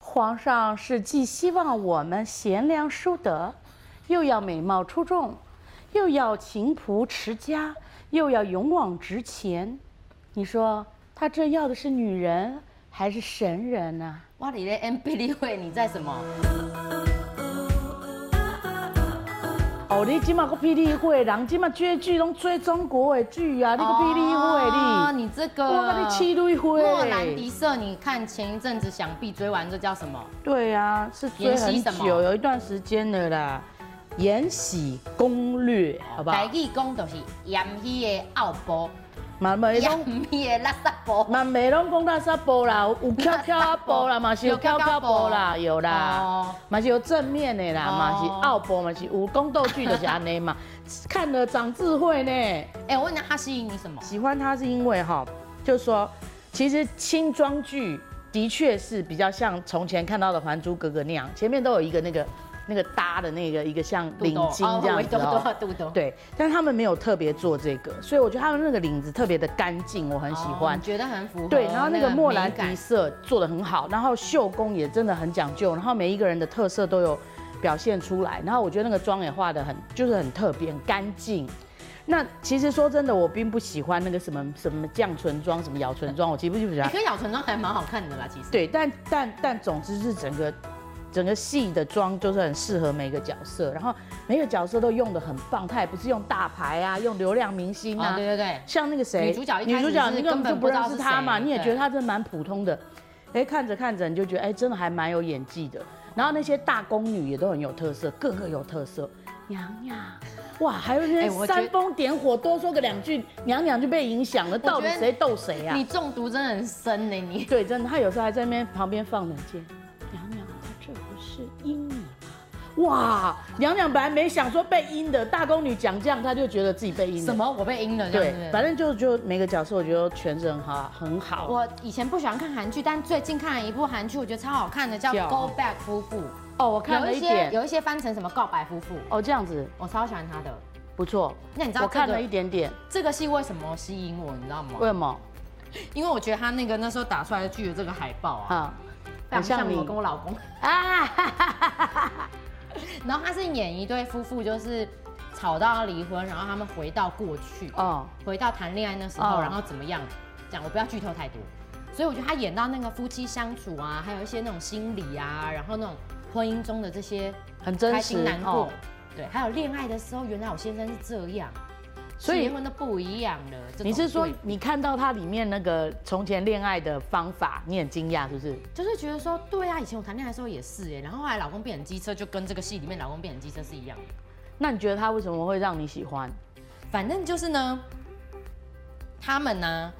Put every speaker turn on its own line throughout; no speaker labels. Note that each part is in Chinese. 皇上是既希望我们贤良淑德，又要美貌出众，又要勤朴持家，又要勇往直前。你说他这要的是女人还是神人呢、
哇，你的 M B 例会你在什么？
嗯哦，你即马个霹雳会，人即马追剧拢追中国的剧啊，你个霹雳
哦
会你，
你这个
我跟你七类会。
莫兰迪社，你看前一阵子想必追完这叫什么？
对啊，是追
延禧
很
什么
久，有一段时间了啦，《延禧攻略》好不
台
好？
语讲就是盐鱼的奥波，
嘛袂
盐
拢，
鱼的垃圾波。
嘛袂拢讲到啥波啦，有翘翘啊波 啦，嘛是有翘翘波啦，有啦，
哦，
嘛是有正面的啦，
哦
嘛是傲波，嘛是有宫斗剧就是安尼 嘛，看了长智慧呢。
哎，我问他他吸引你什么？
喜欢他是因为哈，就是说，其实清装剧的确是比较像从前看到的《还珠格格》那样，前面都有一个那个那个搭的那个一个像领巾这样子、
肚兜
哦。
肚兜。
对，但他们没有特别做这个，所以我觉得他们那个领子特别的干净，我很喜
哦
欢
你。觉得很符合。
对，然后那个莫兰
美
迪
感
色做的很好，然后绣工也真的很讲究，然后每一个人的特色都有表现出来，然后我觉得那个妆也画的很，就是很特别，很干净。那其实说真的，我并不喜欢那个什么什么绛唇妆、什么咬唇妆，我其实不喜欢
你。可以咬唇妆还蛮好看的啦，其实。
对，但但但总之是整个整个戏的妆就是很适合每个角色，然后每个角色都用的很棒，他也不是用大牌啊，用流量明星
啊，
啊，
对对对，
像那个谁，
女主角一开始
女主角
是
你
根
根本
本
就不认识她嘛，
不知道是谁
你也
对
觉得她真的蛮普通的，哎，看着看着你就觉得哎，真的还蛮有演技的。然后那些大宫女也都很有特色，个个有特色。娘娘，哇，还有那
哎
些
我觉得
煽风点火，多说个两句，娘娘就被影响了，
觉得
到底谁斗谁呀、
你中毒真的很深呢，你。
对，真的，她有时候还在那边旁边放冷箭。娘娘，她这不是阴你吗？哇，娘娘本来没想说被阴的，大宫女讲这样，她就觉得自己被阴了
什。么？我被阴了，这样
对，
子。
反正就就每个角色，我觉得全是很好，很好。
我以前不喜欢看韩剧，但最近看了一部韩剧，我觉得超好看的，叫
叫
《Go Back 夫妇》。
哦，我看
有
了一
一些
点，
有一些翻成什么告白夫妇，
哦，这样子
我超喜欢他的。
不错。
那你知道
我看
这个
了一点点，
这个戏为什么吸引我，你知道
为
吗？
什么？
因为我觉得他那个那时候打出来的剧的这个海报啊，
啊
非常
很像
像
你
我跟我老公。
啊！哈哈
然后他是演一对夫妇，就是吵到离婚，然后他们回到过去，
哦，
回到谈恋爱那时候，
哦
然后怎么样？这样我不要剧透太多。所以我觉得他演到那个夫妻相处啊，还有一些那种心理啊，然后那种婚姻中的这些
很真
开
实
心难过，
哦。
对，还有恋爱的时候，原来我先生是这样，
所以
结婚都不一样了。这种
你是说
对
你看到它里面那个从前恋爱的方法，你很惊讶是不是？
就是觉得说，对啊，以前我谈恋爱的时候也是哎，然后后来老公变成机车，就跟这个戏里面老公变成机车是一样的。
那你觉得它为什么会让你喜欢？
反正就是呢，他们呢，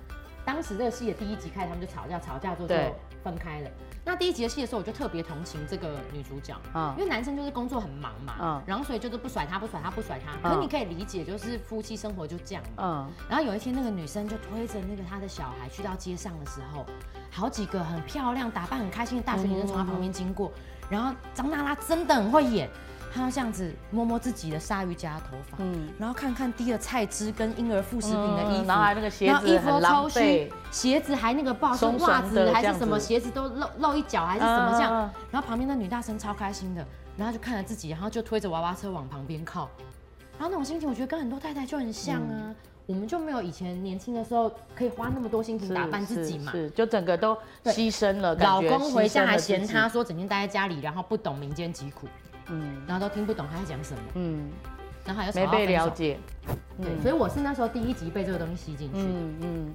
当时这个戏的第一集开始他们就吵架，吵架之后就
对
分开了。那第一集的戏的时候，我就特别同情这个女主角，
嗯
因为男生就是工作很忙嘛，
嗯
然后所以就是不甩她，不甩她，不甩她。
嗯
可是你可以理解，就是夫妻生活就这样嘛。
嗯，
然后有一天，那个女生就推着那个她的小孩去到街上的时候，好几个很漂亮、打扮很开心的大学女生从她旁边经过，然后张娜拉真的很会演，她要这样子摸摸自己的鲨鱼夹头发，
嗯
嗯，然后看看滴了菜汁跟婴儿副食品的衣服，
嗯然后还那个鞋子
然后衣服
很
都
狼
超
狈
虚，鞋子还那个不好是
松松
袜
的
子还
这样
是
子
什么鞋子都露露一脚还是什么这样，
嗯嗯嗯
然后旁边的女大生超开心的，然后就看着自己，然后就推着娃娃车往旁边靠。然后那种心情，我觉得跟很多太太就很像啊。
嗯
我们就没有以前年轻的时候可以花那么多心情
是
打扮自己嘛。
是，是就整个都
对
牺牲了，感
老
觉
公回家还嫌，
牺牲
她
了
说整天待在家里，然后不懂民间疾苦，
自己嗯
然后都听不懂她在讲什么，
嗯，
然后还有
没被了
了解。
解，
对，所以我是那时候第一集被这个东西吸进去。
嗯嗯，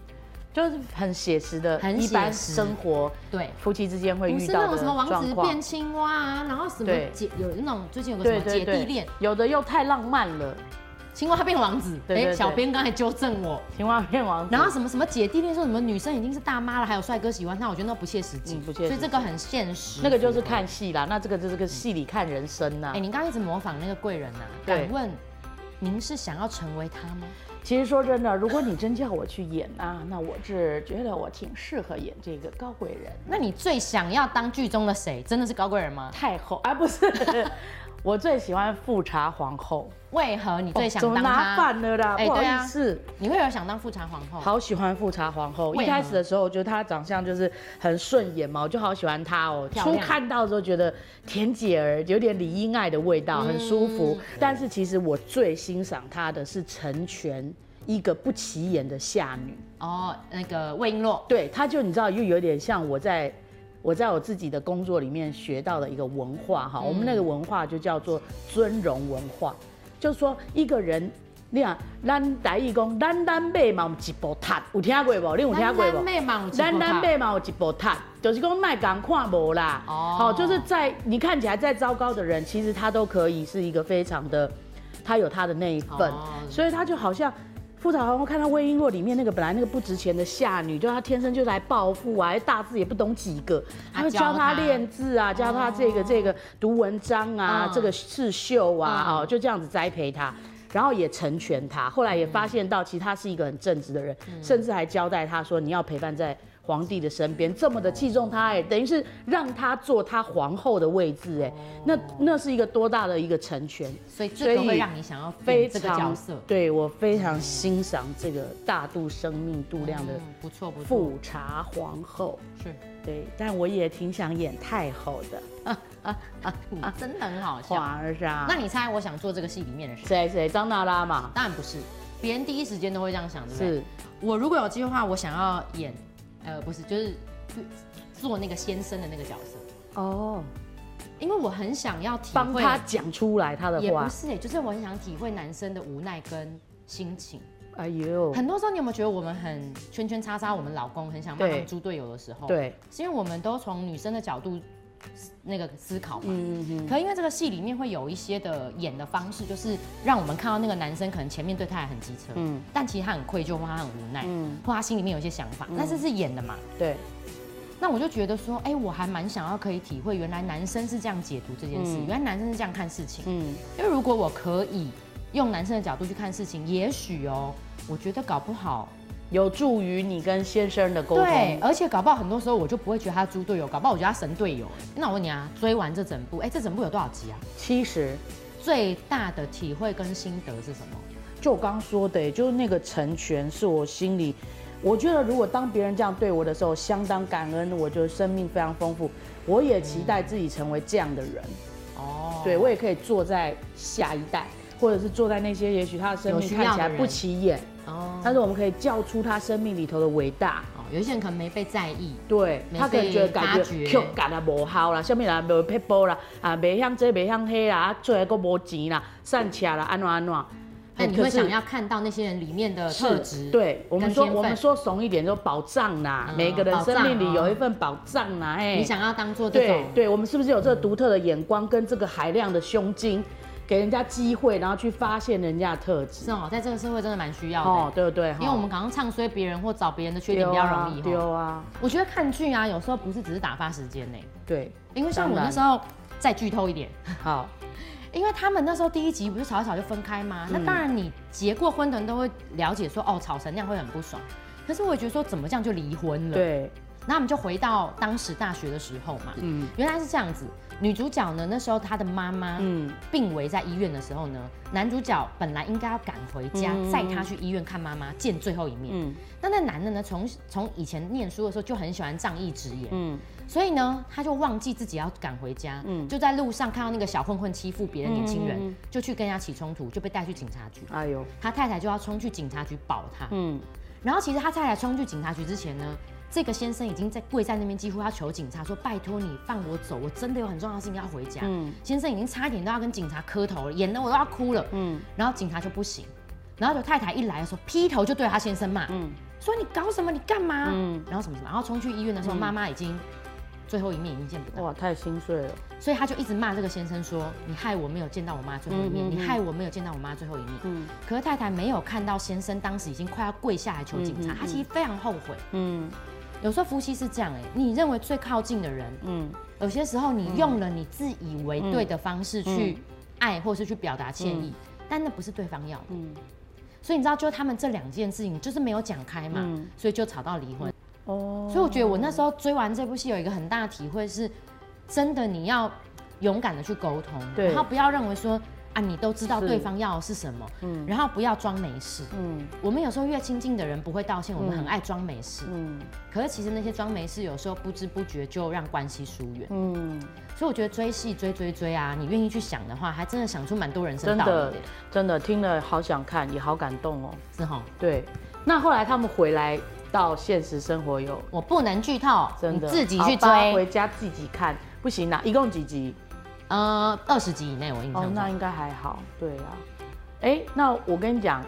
就是很写实的，
很
一
写
般
实
生活
对，
夫妻之间会
不
遇
是那
到
种
的
什么王
状
子
况
变。青蛙啊，然后什么
对
姐有那种最近有个什
对
么姐
对
弟恋
对，，有的又太浪漫了，
青蛙变王子。
对对对
诶小编刚才纠正我。
青蛙变王子。
然后什么什么姐弟恋，说什么女生已经是大妈了，还有帅哥喜欢她，我觉得那不切实际，
嗯不切实际
所以这个很现实。
那个就是看戏啦，那这个就是个戏里看人生呐
哎、。你刚刚一直模仿那个贵人呐、啊
对
敢问您是想要成为他吗？
其实说真的，如果你真叫我去演啊，那我是觉得我挺适合演这个高贵人
那你最想要当剧中的谁？真的是高贵人吗？
太后啊，不是，我最喜欢富察皇后，哦
为何你最想
怎么
当
拿
她？
反了啦？
哎
不好
对
意
啊
思。
你会有想当富察皇后？，啊
好喜欢富察皇后，
为
一开始
何
的时候，我觉得她长相就是很顺眼嘛，我就好喜欢她哦。
漂
初
亮
看到的时候觉得甜姐儿有点李英爱的味
嗯
道，很舒服。但是其实我最欣赏她的是成全一个不起眼的夏女，
哦，那个魏璎珞，
对，她就你知道又有点像我在。我在我自己的工作里面学到的一个文化哈，我们那个文化就叫做尊荣文化，就是说一个人，你看，咱台语讲，咱咱妹嘛，一步踏，有听过无？你有听过无？
妹嘛，
咱咱
妹，
辈嘛有一波碳，就是讲卖港看无啦。
哦
哦，好，就是在你看起来再糟糕的人，其实他都可以是一个非常的，他有他的那一份，
哦
所以他就好像。富察皇后看到魏璎珞里面那个本来那个不值钱的下女，就她天生就来暴富啊，大字也不懂几个，
她
她会教
教她
她练字啊，教她这
哦
个这个读文章啊，
嗯
这个刺绣啊，
嗯
哦，就这样子栽培她，然后也成全她。后来也发现到，其实她是一个很正直的人，
嗯
甚至还交代她说，你要陪伴在皇帝的身边，这么的器重她，哎，等于是让她做她皇后的位置，
哦
哎，那那是一个多大的一个成全。
所以这个
所
会
以
让你想要
非
非这
常
个角色，
对我非常欣赏这个大度生命度量的
嗯不错不错，
富察皇后。
是
对，但我也挺想演太后的啊
你嗯真的很好笑。
皇上。
那你猜我想做这个戏里面的谁？
谁谁张娜拉嘛？
当然不是，别人第一时间都会这样想，对不对？
是
我如果有机会的话，我想要演，呃，不是，就是做那个先生的那个角色，
哦，
因为我很想要体
帮
会，
他讲出来他的
也不
话。
是、欸，就是我很想体会男生的无奈跟心情。
哎呦，
很多时候，你有没有觉得我们很圈圈叉叉？我们老公很想骂他们
对
猪队友的时候，，
对，
是因为我们都从女生的角度思那个思考嘛。
嗯嗯
可因为这个戏里面会有一些的演的方式，就是让我们看到那个男生可能前面对他也很机车，
嗯
但其实他很愧疚或他很无奈，
嗯，
或他心里面有一些想法，但是是演的嘛。
对，
那我就觉得说，哎、我还蛮想要可以体会，原来男生是这样解读这件事，
嗯
原来男生是这样看事情。
嗯，
因为如果我可以用男生的角度去看事情，也许哦，我觉得搞不好，
有助于你跟先生的沟
对，
通。
而且搞不好很多时候我就不会觉得他猪队友，搞不好我觉得他神队友。那我问你啊，追完这整部，哎、这整部有多少集啊？
其实
最大的体会跟心得是什么？
就我刚说的，就是那个成全是我心里，我觉得如果当别人这样对我的时候，相当感恩，我觉得生命非常丰富。我也期待自己成为这样的人，
嗯哦，
对我也可以坐在下一代，或者是坐在那些也许他的生
有
命
需要的
看起来
人
不起眼，
哦，
但是我们可以叫出他生命里头的伟大。
哦，有一些人可能没被在意，
对
没
他可能
被
觉得感
发掘
觉 Q 感啊无效啦，下面啦无撇步啦，啊袂向这袂向那啦，啊出来个无钱啦，散车啦，安怎安怎。
那你会
可是
想要看到那些人里面的特质，
是，对我们
跟
说
天
我们
分
说怂一点，说保障啦
嗯，
每个人
保障
生命里有
哦
一份保障啦，哎
你，想要当做这
对
种
对，我们是不是有这个独特的眼光跟这个海量的胸襟，给人家机会，然后去发现人家的特质
是，哦，在这个社会真的蛮需要的、
哦，对不对？
因为
哈
我们刚刚唱衰别人或找别人的缺点比较容易哦
丢
哈。
啊丢啊，
我觉得看剧啊，有时候不是只是打发时间呢、
对，
因为像我
当然
那时候再剧透一点，
好，
因为他们那时候第一集不是吵一吵就分开吗？
嗯
那当然，你结过婚的人都会了解说，哦，吵成那样会很不爽。可是我也觉得说，怎么这样就离婚了？
对，
那我们就回到当时大学的时候嘛，
嗯
原来是这样子。女主角呢，那时候她的妈妈
嗯，
病危在医院的时候呢，男主角本来应该要赶回家，
嗯
载她去医院看妈妈，见最后一面。
嗯
那那男的呢，从从以前念书的时候就很喜欢仗义直言，
嗯
所以呢，他就忘记自己要赶回家，
嗯
就在路上看到那个小混混欺负别的年轻人，
嗯嗯嗯
就去跟人家起冲突，就被带去警察局。
哎呦，
他太太就要冲去警察局保他，
嗯，
然后其实他太太冲去警察局之前呢，这个先生已经在跪在那边，几乎要求警察说：“拜托你放我走，我真的有很重要的事情要回家。”
嗯
先生已经差一点都要跟警察磕头了，演的我都要哭了。
嗯
然后警察就不行，然后就太太一来的时候劈头就对他先生骂，
嗯
说你搞什么？你干嘛？
嗯，
然后什么什么，然后冲去医院的时候，妈妈已经最后一面已经见不到，
哇，太心碎了，
所以他就一直骂这个先生说：“你害我没有见到我妈最后一面，
嗯嗯嗯
你害我没有见到我妈最后一面。”
嗯
可是太太没有看到先生当时已经快要跪下来求警察，
嗯嗯嗯
他其实非常后悔。
嗯
有时候夫妻是这样哎、你认为最靠近的人，
嗯
有些时候你用了你自以为对的方式
嗯
去爱，或是去表达歉意，但那不是对方要的。
嗯，
所以你知道，就他们这两件事情就是没有讲开嘛，
嗯
所以就吵到离婚。
哦，
所以我觉得我那时候追完这部戏有一个很大的体会是，真的你要勇敢的去沟通，
对
然后不要认为说啊你都知道
是
对方要的是什么，
嗯
然后不要装没事。
嗯
我们有时候越亲近的人不会道歉，我们
嗯
很爱装没事，
嗯
可是其实那些装没事，有时候不知不觉就让关系疏远。
嗯，
所以我觉得追戏追追追啊，你愿意去想的话，还真的想出蛮多人生
真
道
的
理的，
真的听了好想看，也好感动哦。
是哈。
对，那后来他们回来到现实生活有
我不能剧透，
真
你
的
自己
好
去
吧回
追。
家自己看，不行啦，一共几集？
呃，二十集以内我印
哦，
象
那
中。
应该还好，对啊。哎，那我跟你讲，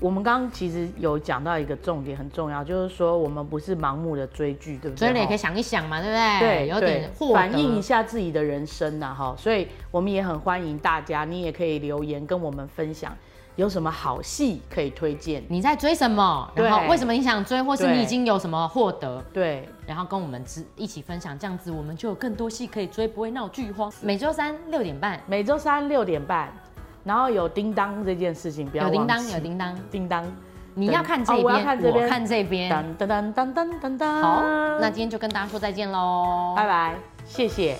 我们刚刚其实有讲到一个重点很重要，就是说我们不是盲目的追剧，对不对？
追了也可
哈
以想一想嘛，对不对？
对，
有
对
点获得
反映一下自己的人生呐，哈。所以我们也很欢迎大家，你也可以留言跟我们分享有什么好戏可以推荐。
你在追什么，
对
然后为什么你想追，或是
对
你已经有什么获得，
对，
然后跟我们之一起分享，这样子我们就有更多戏可以追，不会闹剧荒。每周三六点半
每周三六点半，然后有叮当这件事情，不要
有
忘
叮当，
记
有叮当，
叮当，
你要看这
哦
边，
我要看这边啊
我看这边。
当当当当当当当。
好，那今天就跟大家说再见喽，
拜拜，谢谢。